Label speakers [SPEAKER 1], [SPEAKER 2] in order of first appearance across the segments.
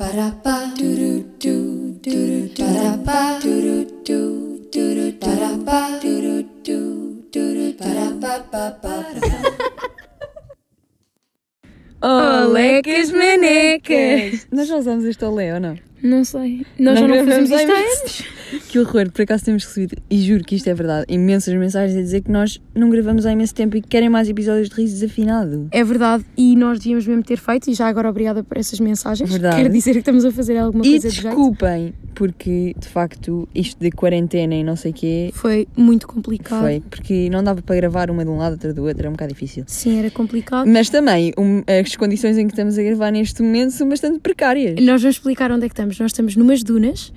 [SPEAKER 1] Ba-da-ba, do-do-do, do-do, ba-da-ba, do-do-do, do-do, ba-da-ba, do-do-do, do-do, ba-da-ba-ba-ba-ba.
[SPEAKER 2] Olecas manecas!
[SPEAKER 3] Nós já usamos este olé ou não?
[SPEAKER 2] Não sei. Nós já não fazemos isto há anos.
[SPEAKER 3] Que horror, por acaso temos recebido, e juro que isto é verdade, imensas mensagens a dizer que nós não gravamos há imenso tempo e que querem mais episódios de riso desafinado.
[SPEAKER 2] É verdade, e nós devíamos mesmo ter feito, e já agora obrigada por essas mensagens.
[SPEAKER 3] Verdade.
[SPEAKER 2] Quer dizer que estamos a fazer alguma
[SPEAKER 3] E
[SPEAKER 2] coisa de jeito.
[SPEAKER 3] desculpem, porque de facto isto de quarentena e não sei o quê
[SPEAKER 2] Foi muito complicado.
[SPEAKER 3] foi, porque não dava para gravar uma de um lado, outra do outro, é um bocado difícil.
[SPEAKER 2] Sim, era complicado.
[SPEAKER 3] Mas também um, as condições em que estamos a gravar neste momento são bastante precárias.
[SPEAKER 2] Nós vamos explicar onde é que estamos. Nós estamos numas dunas,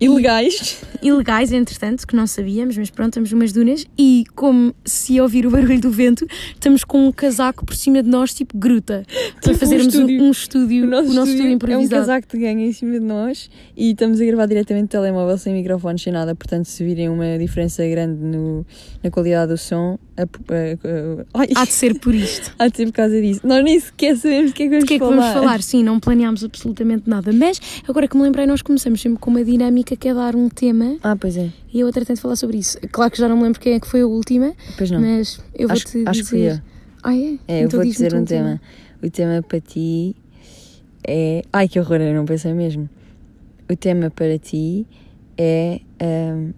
[SPEAKER 3] Ilegais.
[SPEAKER 2] ilegais, entretanto, que não sabíamos, mas pronto, estamos numas dunas, e como se ouvir o barulho do vento, estamos com um casaco por cima de nós, tipo gruta, para
[SPEAKER 3] um
[SPEAKER 2] fazermos um
[SPEAKER 3] estúdio.
[SPEAKER 2] um estúdio,
[SPEAKER 3] O nosso, estúdio é um
[SPEAKER 2] improvisado.
[SPEAKER 3] casaco de ganha em cima de nós e estamos a gravar diretamente do telemóvel sem microfones, sem nada. Portanto, se virem uma diferença grande no, na qualidade do som, a, a- a- ai,
[SPEAKER 2] Há de ser por isto.
[SPEAKER 3] há de ser por causa disso. Nós nem sequer sabemos do que é que vamos
[SPEAKER 2] do que é que
[SPEAKER 3] falar.
[SPEAKER 2] vamos falar? Sim, não planeámos absolutamente nada. Mas agora que me lembrei, nós começamos sempre com uma dinâmica que é dar um tema
[SPEAKER 3] Ah, pois é.
[SPEAKER 2] e a outra tem de falar sobre isso. Claro que já não me lembro quem é que foi a última,
[SPEAKER 3] Pois não.
[SPEAKER 2] mas eu
[SPEAKER 3] acho,
[SPEAKER 2] vou-te
[SPEAKER 3] acho que fui eu.
[SPEAKER 2] dizer. Ah, é?
[SPEAKER 3] É, eu vou
[SPEAKER 2] Então diz-me
[SPEAKER 3] dizer
[SPEAKER 2] tu
[SPEAKER 3] um tema. O tema para ti é. Ai, que horror, eu não pensei mesmo. O tema para ti é. ahm,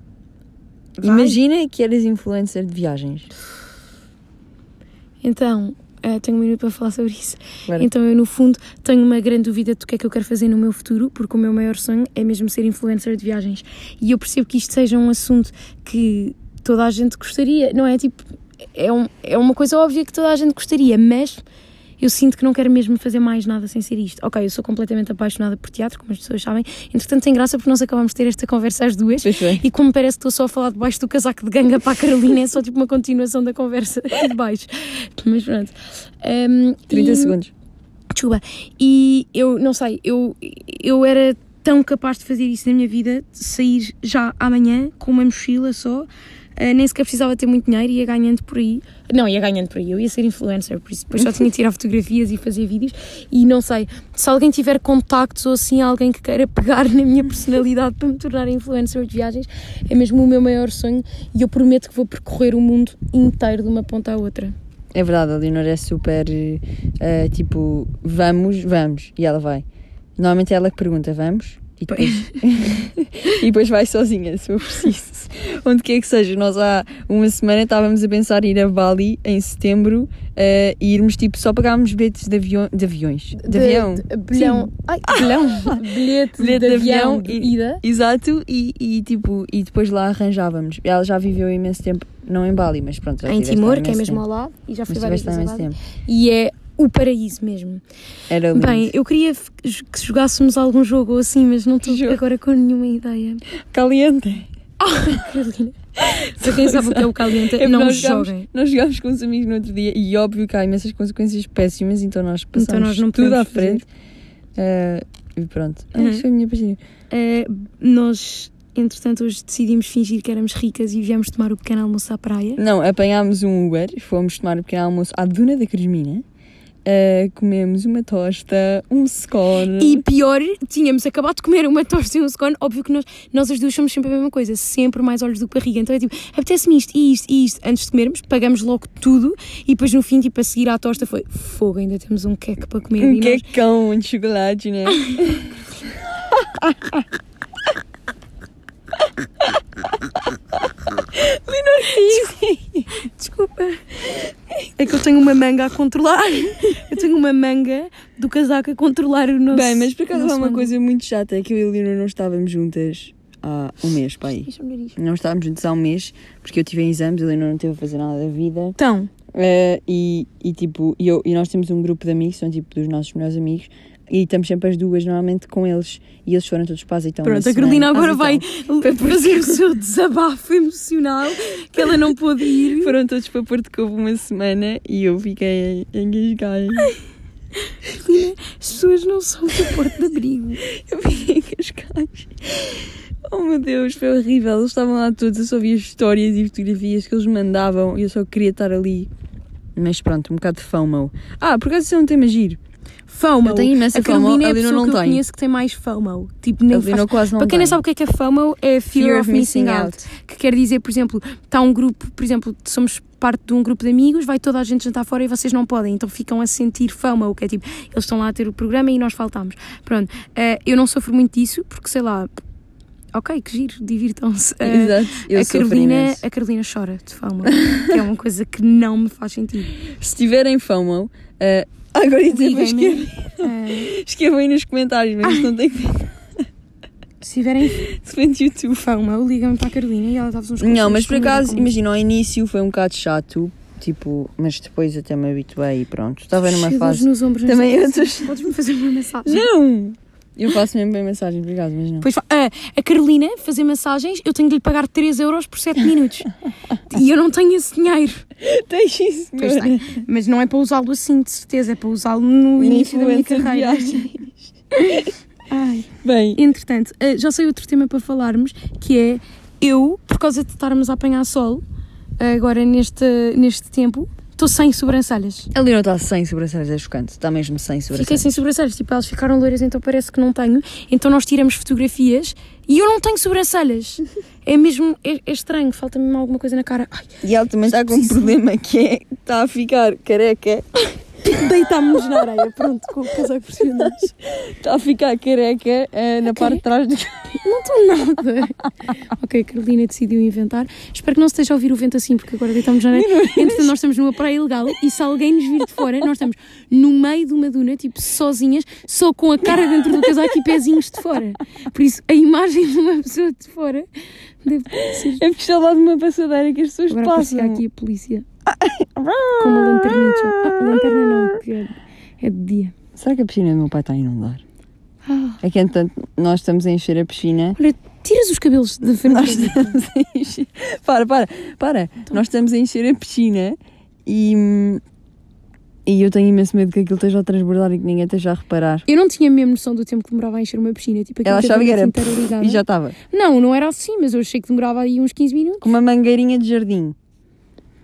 [SPEAKER 2] Vai.
[SPEAKER 3] Imagina que eras influencer de viagens.
[SPEAKER 2] Então, eh, tenho um minuto para falar sobre isso.
[SPEAKER 3] Bora.
[SPEAKER 2] Então, eu, no fundo, tenho uma grande dúvida do que é que eu quero fazer no meu futuro, porque o meu maior sonho é mesmo ser influencer de viagens. E eu percebo que isto seja um assunto que toda a gente gostaria, não é? Tipo, é, um- é uma coisa óbvia que toda a gente gostaria, mas. Eu sinto que não quero mesmo fazer mais nada sem ser isto. Ok, eu sou completamente apaixonada por teatro, como as pessoas sabem. Entretanto, tem graça porque nós acabamos de ter esta conversa às duas.
[SPEAKER 3] Pois foi.
[SPEAKER 2] E como parece que estou só a falar debaixo do casaco de ganga para a Carolina, é só tipo uma continuação da conversa de baixo. Mas pronto. Ahm,
[SPEAKER 3] 30
[SPEAKER 2] e-
[SPEAKER 3] segundos.
[SPEAKER 2] Desculpa. E eu não sei, eu, eu era tão capaz de fazer isso na minha vida, de sair já amanhã com uma mochila só. ah, nem sequer precisava ter muito dinheiro, ia ganhando por aí. Não, ia ganhando por aí, eu ia ser influencer, por isso depois só tinha de tirar fotografias e fazer vídeos. E não sei, se alguém tiver contactos ou assim, alguém que queira pegar na minha personalidade para me tornar influencer de viagens, é mesmo o meu maior sonho e eu prometo que vou percorrer o mundo inteiro de uma ponta à outra.
[SPEAKER 3] É verdade, a Leonor é super eh, tipo, vamos, vamos, e ela vai. Normalmente é ela que pergunta, vamos, e depois, e depois vai sozinha, se for preciso. Onde quer que seja, nós há uma semana estávamos a pensar em ir a Bali em setembro eh, e irmos tipo, só pagámos bilhetes de, avião, de aviões, de, avião.
[SPEAKER 2] Bilhão. Ai, bilhão. Ah, Bilhete,
[SPEAKER 3] Bilhete
[SPEAKER 2] de, avião,
[SPEAKER 3] e-
[SPEAKER 2] e, ida.
[SPEAKER 3] Exato, e, e, tipo, e depois lá arranjávamos. Ela já viveu imenso tempo, não em Bali, mas pronto, já
[SPEAKER 2] Em
[SPEAKER 3] estiveste lá
[SPEAKER 2] Timor, que é
[SPEAKER 3] imenso
[SPEAKER 2] mesmo ao
[SPEAKER 3] tempo.
[SPEAKER 2] lado, e já
[SPEAKER 3] Mas
[SPEAKER 2] fui várias
[SPEAKER 3] estiveste lá
[SPEAKER 2] vezes
[SPEAKER 3] imenso
[SPEAKER 2] ao
[SPEAKER 3] tempo.
[SPEAKER 2] lado. E é o paraíso mesmo.
[SPEAKER 3] Era lindo.
[SPEAKER 2] Bem, eu queria f- que jogássemos algum jogo ou assim, mas não estou
[SPEAKER 3] Jogo.
[SPEAKER 2] agora com nenhuma ideia.
[SPEAKER 3] caliente. É
[SPEAKER 2] Carolina. Para quem sabe o que é o caliente,
[SPEAKER 3] É porque
[SPEAKER 2] não
[SPEAKER 3] nós jogámos,
[SPEAKER 2] joguem.
[SPEAKER 3] Nós jogámos com os amigos no outro dia e óbvio que há imensas consequências péssimas, então nós passamos
[SPEAKER 2] nós não
[SPEAKER 3] tudo
[SPEAKER 2] podemos
[SPEAKER 3] à frente. Ah, e pronto. Ah,
[SPEAKER 2] Uhum.
[SPEAKER 3] isto foi a minha página.
[SPEAKER 2] Eh, nós, entretanto, hoje decidimos fingir que éramos ricas e viemos tomar o pequeno almoço à praia.
[SPEAKER 3] Não, apanhámos um Uber, fomos tomar um pequeno almoço à Duna da Cremina, ah, comemos uma tosta, um scone.
[SPEAKER 2] E pior, tínhamos acabado de comer uma tosta e um scone. Óbvio que nós, nós as duas somos sempre a mesma coisa, sempre mais olhos do que barriga. Então é tipo, apetece-me isto e isto e isto. Antes de comermos, pagamos logo tudo e depois no fim, tipo, a seguir à tosta foi fogo, ainda temos um queque para comer.
[SPEAKER 3] um
[SPEAKER 2] e nós- Ah,
[SPEAKER 3] quecão de chocolate, né?
[SPEAKER 2] Desculpa. É que eu tenho uma manga a controlar. Eu tenho uma manga do casaco a controlar o nosso.
[SPEAKER 3] Bem, mas por acaso
[SPEAKER 2] o
[SPEAKER 3] há
[SPEAKER 2] nosso
[SPEAKER 3] uma
[SPEAKER 2] ângulo.
[SPEAKER 3] coisa muito chata, é que eu e a Leonor não estávamos juntas há um mês, para aí.
[SPEAKER 2] Deixa-me ver isto.
[SPEAKER 3] Não estávamos juntas há um mês, porque eu tive em exames, a Leonor não teve a fazer nada da vida.
[SPEAKER 2] Então,
[SPEAKER 3] Eh, e, e tipo, e eu, e nós temos um grupo de amigos, são tipo dos nossos melhores amigos, e estamos sempre as duas normalmente com eles. E eles foram todos para então
[SPEAKER 2] pronto, a Carolina agora vai fazer o seu desabafo emocional que ela não pôde ir.
[SPEAKER 3] Foram todos para Porto Covo uma semana e eu fiquei em Cascais.
[SPEAKER 2] Carolina, as pessoas não são do Porto de Abrigo.
[SPEAKER 3] Eu fiquei em Cascais. Oh meu Deus, foi horrível. Eles estavam lá todos, eu só via histórias e fotografias que eles mandavam e eu só queria estar ali. Mas pronto, um bocado de FOMO. Ah, por acaso isso é um tema giro.
[SPEAKER 2] FOMO.
[SPEAKER 3] Eu tenho imensa
[SPEAKER 2] a Carolina
[SPEAKER 3] FOMO,
[SPEAKER 2] é
[SPEAKER 3] a
[SPEAKER 2] a
[SPEAKER 3] Lina
[SPEAKER 2] pessoa
[SPEAKER 3] não
[SPEAKER 2] que eu
[SPEAKER 3] tem.
[SPEAKER 2] conheço que tem mais FOMO. Tipo, nem
[SPEAKER 3] A Lina
[SPEAKER 2] faz-
[SPEAKER 3] quase não
[SPEAKER 2] Para quem não
[SPEAKER 3] tem.
[SPEAKER 2] sabe o que é que é FOMO, é Fear, of Missing, out. Que quer dizer, por exemplo, está um grupo, por exemplo, somos parte de um grupo de amigos, vai toda a gente jantar fora e vocês não podem, então ficam a sentir FOMO, que é tipo, eles estão lá a ter o programa e nós faltamos. Pronto, eh, eu não sofro muito disso, porque sei lá, ok, que giro, divirtam-se. Eh,
[SPEAKER 3] Exato. Eu
[SPEAKER 2] a
[SPEAKER 3] sofro
[SPEAKER 2] Carolina,
[SPEAKER 3] imenso.
[SPEAKER 2] a Carolina chora de FOMO, que é uma coisa que não me faz sentido.
[SPEAKER 3] Se tiverem FOMO, eh, agora ia dizer para
[SPEAKER 2] Liguem-me.
[SPEAKER 3] escrever.
[SPEAKER 2] É,
[SPEAKER 3] Escrevam aí nos comentários, mas isto não tem que ver
[SPEAKER 2] Se tiverem
[SPEAKER 3] com o YouTube.
[SPEAKER 2] FOMO, ligam-me para a Carolina e ela dá-vos uns
[SPEAKER 3] Não,
[SPEAKER 2] conselhos
[SPEAKER 3] mas por
[SPEAKER 2] como lidar
[SPEAKER 3] acaso,
[SPEAKER 2] com isso.
[SPEAKER 3] imagina, ao início foi um bocado chato, tipo, mas depois até me habituei e pronto. Estava numa
[SPEAKER 2] Chegas
[SPEAKER 3] fase.
[SPEAKER 2] nos ombros,
[SPEAKER 3] Também
[SPEAKER 2] nos
[SPEAKER 3] eu
[SPEAKER 2] braços.
[SPEAKER 3] estou-
[SPEAKER 2] Podes-me fazer uma mensagem.
[SPEAKER 3] Não! Eu faço mesmo bem mensagem, obrigado, mas não.
[SPEAKER 2] Depois, fa- ah, a Carolina fazer massagens, eu tenho de lhe pagar 3 euros por 7 minutos. e eu não tenho esse dinheiro.
[SPEAKER 3] Tens isso,
[SPEAKER 2] Pois tem. Mas não é para usá-lo assim, de certeza. É para usá-lo no início da minha carreira. Ai.
[SPEAKER 3] Bem,
[SPEAKER 2] Entretanto, ah, já sei outro tema para falarmos, que é eu, por causa de estarmos a apanhar sol, agora neste, neste tempo, estou sem sobrancelhas.
[SPEAKER 3] a Lina está sem sobrancelhas, é chocante. Está mesmo sem
[SPEAKER 2] Fiquei
[SPEAKER 3] sobrancelhas.
[SPEAKER 2] sem sobrancelhas, tipo, elas ficaram loiras, então parece que não tenho. Então nós tiramos fotografias e eu não tenho sobrancelhas. É mesmo, é, é estranho, falta mesmo alguma coisa na cara. Ai,
[SPEAKER 3] E ela também está com um problema que é está a ficar careca.
[SPEAKER 2] deitámos na areia, pronto, com o casaco por cima.
[SPEAKER 3] Está a ficar careca eh, na parte de trás do
[SPEAKER 2] Não estou nada. ok, a Carolina decidiu inventar. Espero que não se esteja a ouvir o vento assim, porque agora deitamos na areia. Entretanto, nós estamos numa praia ilegal e se alguém nos vir de fora, nós estamos no meio de uma duna, tipo, sozinhas, só com a cara dentro do casaco e pezinhos de fora. Por isso, a imagem de uma pessoa de fora deve ser.
[SPEAKER 3] É porque está lá de uma passadeira que as pessoas
[SPEAKER 2] Agora
[SPEAKER 3] passam.
[SPEAKER 2] aparecia aqui a polícia com uma lanterna. de chão. Ah, lanterna não, que é, é de dia.
[SPEAKER 3] Será que a piscina do meu pai está a inundar? É que entretanto nós estamos a encher a piscina.
[SPEAKER 2] Olha, tiras os cabelos da frente.
[SPEAKER 3] Nós estamos a encher. Para, para, para.
[SPEAKER 2] Então.
[SPEAKER 3] Nós estamos a encher a piscina e. hum, E eu tenho imenso medo que aquilo esteja a transbordar e que ninguém esteja a reparar.
[SPEAKER 2] Eu não tinha mesmo noção do tempo que demorava a encher uma piscina. Tipo, aquilo
[SPEAKER 3] Ela
[SPEAKER 2] que
[SPEAKER 3] achava que era.
[SPEAKER 2] toda interligada.
[SPEAKER 3] E já estava.
[SPEAKER 2] Não, não era assim, mas eu achei que demorava aí uns 15 minutos.
[SPEAKER 3] Com uma mangueirinha de jardim.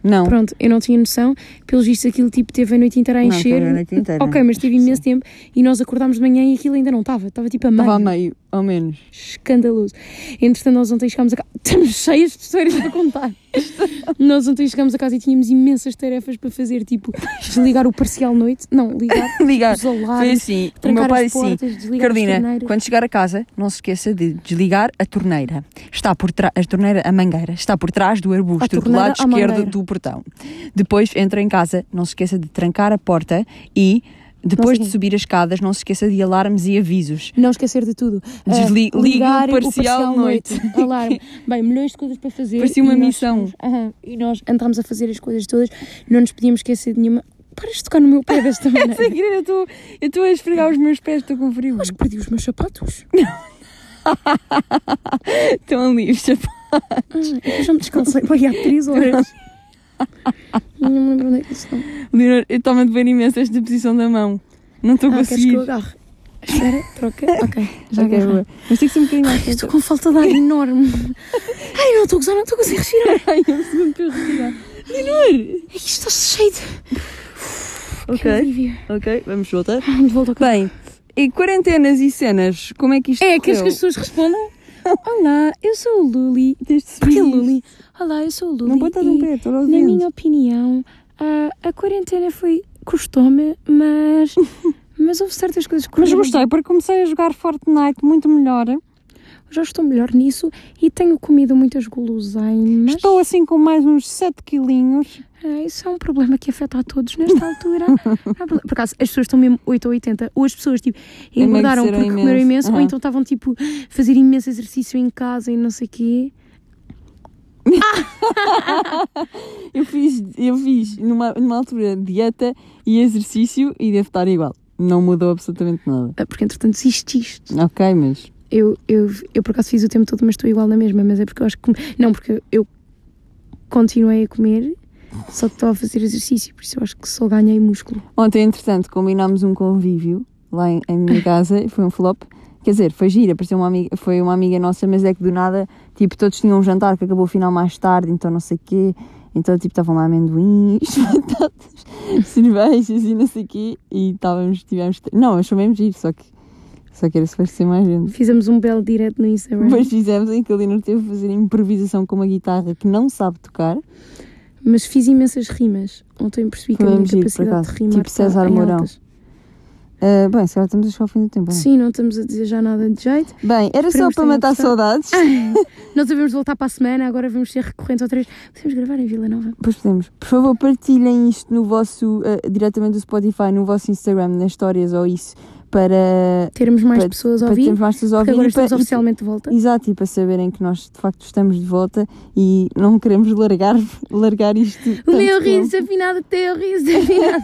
[SPEAKER 3] Não.
[SPEAKER 2] Pronto, eu não tinha noção. Pelos vistos, aquilo tipo teve a noite inteira a
[SPEAKER 3] Não,
[SPEAKER 2] encher.
[SPEAKER 3] foi a noite inteira.
[SPEAKER 2] Ok, mas teve imenso tempo e nós acordámos de manhã e aquilo ainda não estava. Estava tipo a meio.
[SPEAKER 3] Estava a meio, ao menos.
[SPEAKER 2] Escandaloso. Entretanto, nós ontem chegámos a casa. Estamos cheias de histórias para contar. nós ontem chegámos a casa e tínhamos imensas tarefas para fazer, tipo desligar o parcial noite. Não, ligar.
[SPEAKER 3] Ligar.
[SPEAKER 2] Os alarmes,
[SPEAKER 3] Foi assim. O
[SPEAKER 2] trancar
[SPEAKER 3] meu pai
[SPEAKER 2] as
[SPEAKER 3] assim.
[SPEAKER 2] portas, desligar as
[SPEAKER 3] Carolina,
[SPEAKER 2] torneiras."
[SPEAKER 3] quando chegar a casa, não se esqueça de desligar a torneira. Está por trás, a torneira, a mangueira, está por trás do
[SPEAKER 2] A
[SPEAKER 3] arbusto, do
[SPEAKER 2] torneira,
[SPEAKER 3] lado
[SPEAKER 2] a
[SPEAKER 3] esquerdo
[SPEAKER 2] mangueira.
[SPEAKER 3] do portão. Depois entra em casa, não se esqueça de trancar a porta e,
[SPEAKER 2] Não
[SPEAKER 3] depois
[SPEAKER 2] sei.
[SPEAKER 3] de subir as escadas, não se esqueça de alarmes e avisos.
[SPEAKER 2] Não esquecer de tudo.
[SPEAKER 3] Desli-
[SPEAKER 2] Ah,
[SPEAKER 3] liga
[SPEAKER 2] ligar
[SPEAKER 3] o parcial noite.
[SPEAKER 2] Alarme. Bem, milhões de coisas para fazer.
[SPEAKER 3] Parecia uma
[SPEAKER 2] e nós
[SPEAKER 3] missão.
[SPEAKER 2] fomos- Aham, e nós andámos a fazer as coisas todas, não nos podíamos esquecer de nenhuma. Paras de tocar no meu pé desta maneira.
[SPEAKER 3] Sem querer, eu estou- eu estou a esfregar os meus pés, estou com frio.
[SPEAKER 2] Acho que perdi os meus sapatos.
[SPEAKER 3] Estão ali os sapatos.
[SPEAKER 2] Ah, eu já me descansei bem há 3 horas. não me lembro onde é que isso está.
[SPEAKER 3] Leonor, eu estou-me a doer imenso esta posição da mão. Não estou a
[SPEAKER 2] Ah, queres que eu
[SPEAKER 3] conseguir.
[SPEAKER 2] agarre? Espera, troca. Ok, já
[SPEAKER 3] Ok,
[SPEAKER 2] agarrei.
[SPEAKER 3] boa. Mas tem que ser um bocadinho mais
[SPEAKER 2] Eu Estou com falta de ar enorme. é Ai, não estou a gozar, não estou a conseguir respirar.
[SPEAKER 3] Ai, um segundo para eu respirar. Leonor!
[SPEAKER 2] Ai, Isto está cheio de. Que
[SPEAKER 3] Ok,
[SPEAKER 2] alívio.
[SPEAKER 3] ok, vamos voltar.
[SPEAKER 2] Ah, De volta ao
[SPEAKER 3] Bem, e quarentenas e cenas, como é que isto
[SPEAKER 2] É, queres que
[SPEAKER 3] correu?
[SPEAKER 2] as pessoas respondam? Olá, eu sou o Luli.
[SPEAKER 3] Tens de
[SPEAKER 2] Porquê
[SPEAKER 3] subir.
[SPEAKER 2] Luli? Olá, eu sou o Luli.
[SPEAKER 3] Não pode estar
[SPEAKER 2] e,
[SPEAKER 3] tão perto, olha os
[SPEAKER 2] Na
[SPEAKER 3] dentes.
[SPEAKER 2] minha opinião, a, a quarentena foi. custou-me, mas. Mas houve certas coisas que.
[SPEAKER 3] Mas
[SPEAKER 2] correram
[SPEAKER 3] gostei, porque comecei a jogar Fortnite muito melhor.
[SPEAKER 2] bem. Já estou melhor nisso e tenho comido muitas guloseimas.
[SPEAKER 3] Estou assim com mais uns 7 quilinhos.
[SPEAKER 2] Ah, isso é um problema que afeta a todos nesta altura. Não há problema. Por acaso, as pessoas estão mesmo 8 ou 80, ou as pessoas tipo, engordaram porque
[SPEAKER 3] Emagreceram
[SPEAKER 2] comeram
[SPEAKER 3] imenso.
[SPEAKER 2] imenso, ou
[SPEAKER 3] Aham.
[SPEAKER 2] então estavam tipo a fazer imenso exercício em casa e não sei o quê.
[SPEAKER 3] Eu fiz, eu fiz numa, numa altura dieta e exercício e devo estar igual. Não mudou absolutamente nada.
[SPEAKER 2] Ah, Porque entretanto desististe.
[SPEAKER 3] Ok, mas.
[SPEAKER 2] Eu, eu, eu por acaso fiz o tempo todo, mas estou igual na mesma, mas é porque eu acho que. Não, porque eu continuei a comer, só que estou a fazer exercício, por isso eu acho que só ganhei músculo.
[SPEAKER 3] Ontem, entretanto, combinámos um convívio lá em, em minha casa, foi um flop. Quer dizer, foi gira, parecia uma amiga, foi uma amiga nossa, mas é que do nada, tipo, todos tinham um jantar que acabou o final mais tarde, então não sei o quê. Então, tipo, estavam lá amendoins, batatas, cervejas e não sei o quê. E estávamos, tivemos... Não, achou mesmo giro, só que... Só que era suposto ser mais gente.
[SPEAKER 2] Fizemos um belo direto no Instagram.
[SPEAKER 3] Depois fizemos em que a Leonor teve a fazer improvisação com uma guitarra que não sabe tocar.
[SPEAKER 2] Mas fiz imensas rimas. Ontem percebi que a
[SPEAKER 3] Também
[SPEAKER 2] minha
[SPEAKER 3] giro, por
[SPEAKER 2] capacidade
[SPEAKER 3] acaso.
[SPEAKER 2] de rimar
[SPEAKER 3] Tipo
[SPEAKER 2] está
[SPEAKER 3] César
[SPEAKER 2] em
[SPEAKER 3] Mourão.
[SPEAKER 2] altas.
[SPEAKER 3] Ah, bem, se calhar estamos a chegar ao fim do tempo. não é?
[SPEAKER 2] Sim, não estamos a dizer já nada de jeito.
[SPEAKER 3] Bem, era só
[SPEAKER 2] Esperemos
[SPEAKER 3] para
[SPEAKER 2] que tenham
[SPEAKER 3] matar
[SPEAKER 2] gostado.
[SPEAKER 3] saudades.
[SPEAKER 2] Nós devemos voltar para a semana, agora vamos ser recorrentes outra vez. Podemos gravar em Vila Nova.
[SPEAKER 3] Pois podemos. Por favor, partilhem isto no vosso, ah, diretamente do Spotify, no vosso Instagram, nas histórias ou isso, para,
[SPEAKER 2] Termos mais
[SPEAKER 3] Para-
[SPEAKER 2] pessoas a
[SPEAKER 3] para
[SPEAKER 2] ouvir.
[SPEAKER 3] termos mais pessoas a
[SPEAKER 2] Porque
[SPEAKER 3] ouvir.
[SPEAKER 2] agora
[SPEAKER 3] e para-
[SPEAKER 2] estamos oficialmente de volta.
[SPEAKER 3] Exato, e para saberem que nós de facto estamos de volta e não queremos largar, largar isto. tanto
[SPEAKER 2] O meu riso
[SPEAKER 3] tempo.
[SPEAKER 2] desafinado, o teu riso desafinado.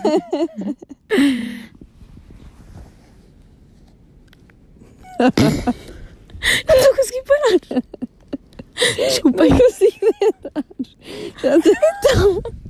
[SPEAKER 2] Não estou a conseguir parar. Desculpem.
[SPEAKER 3] Não consigo. Já-
[SPEAKER 2] Então.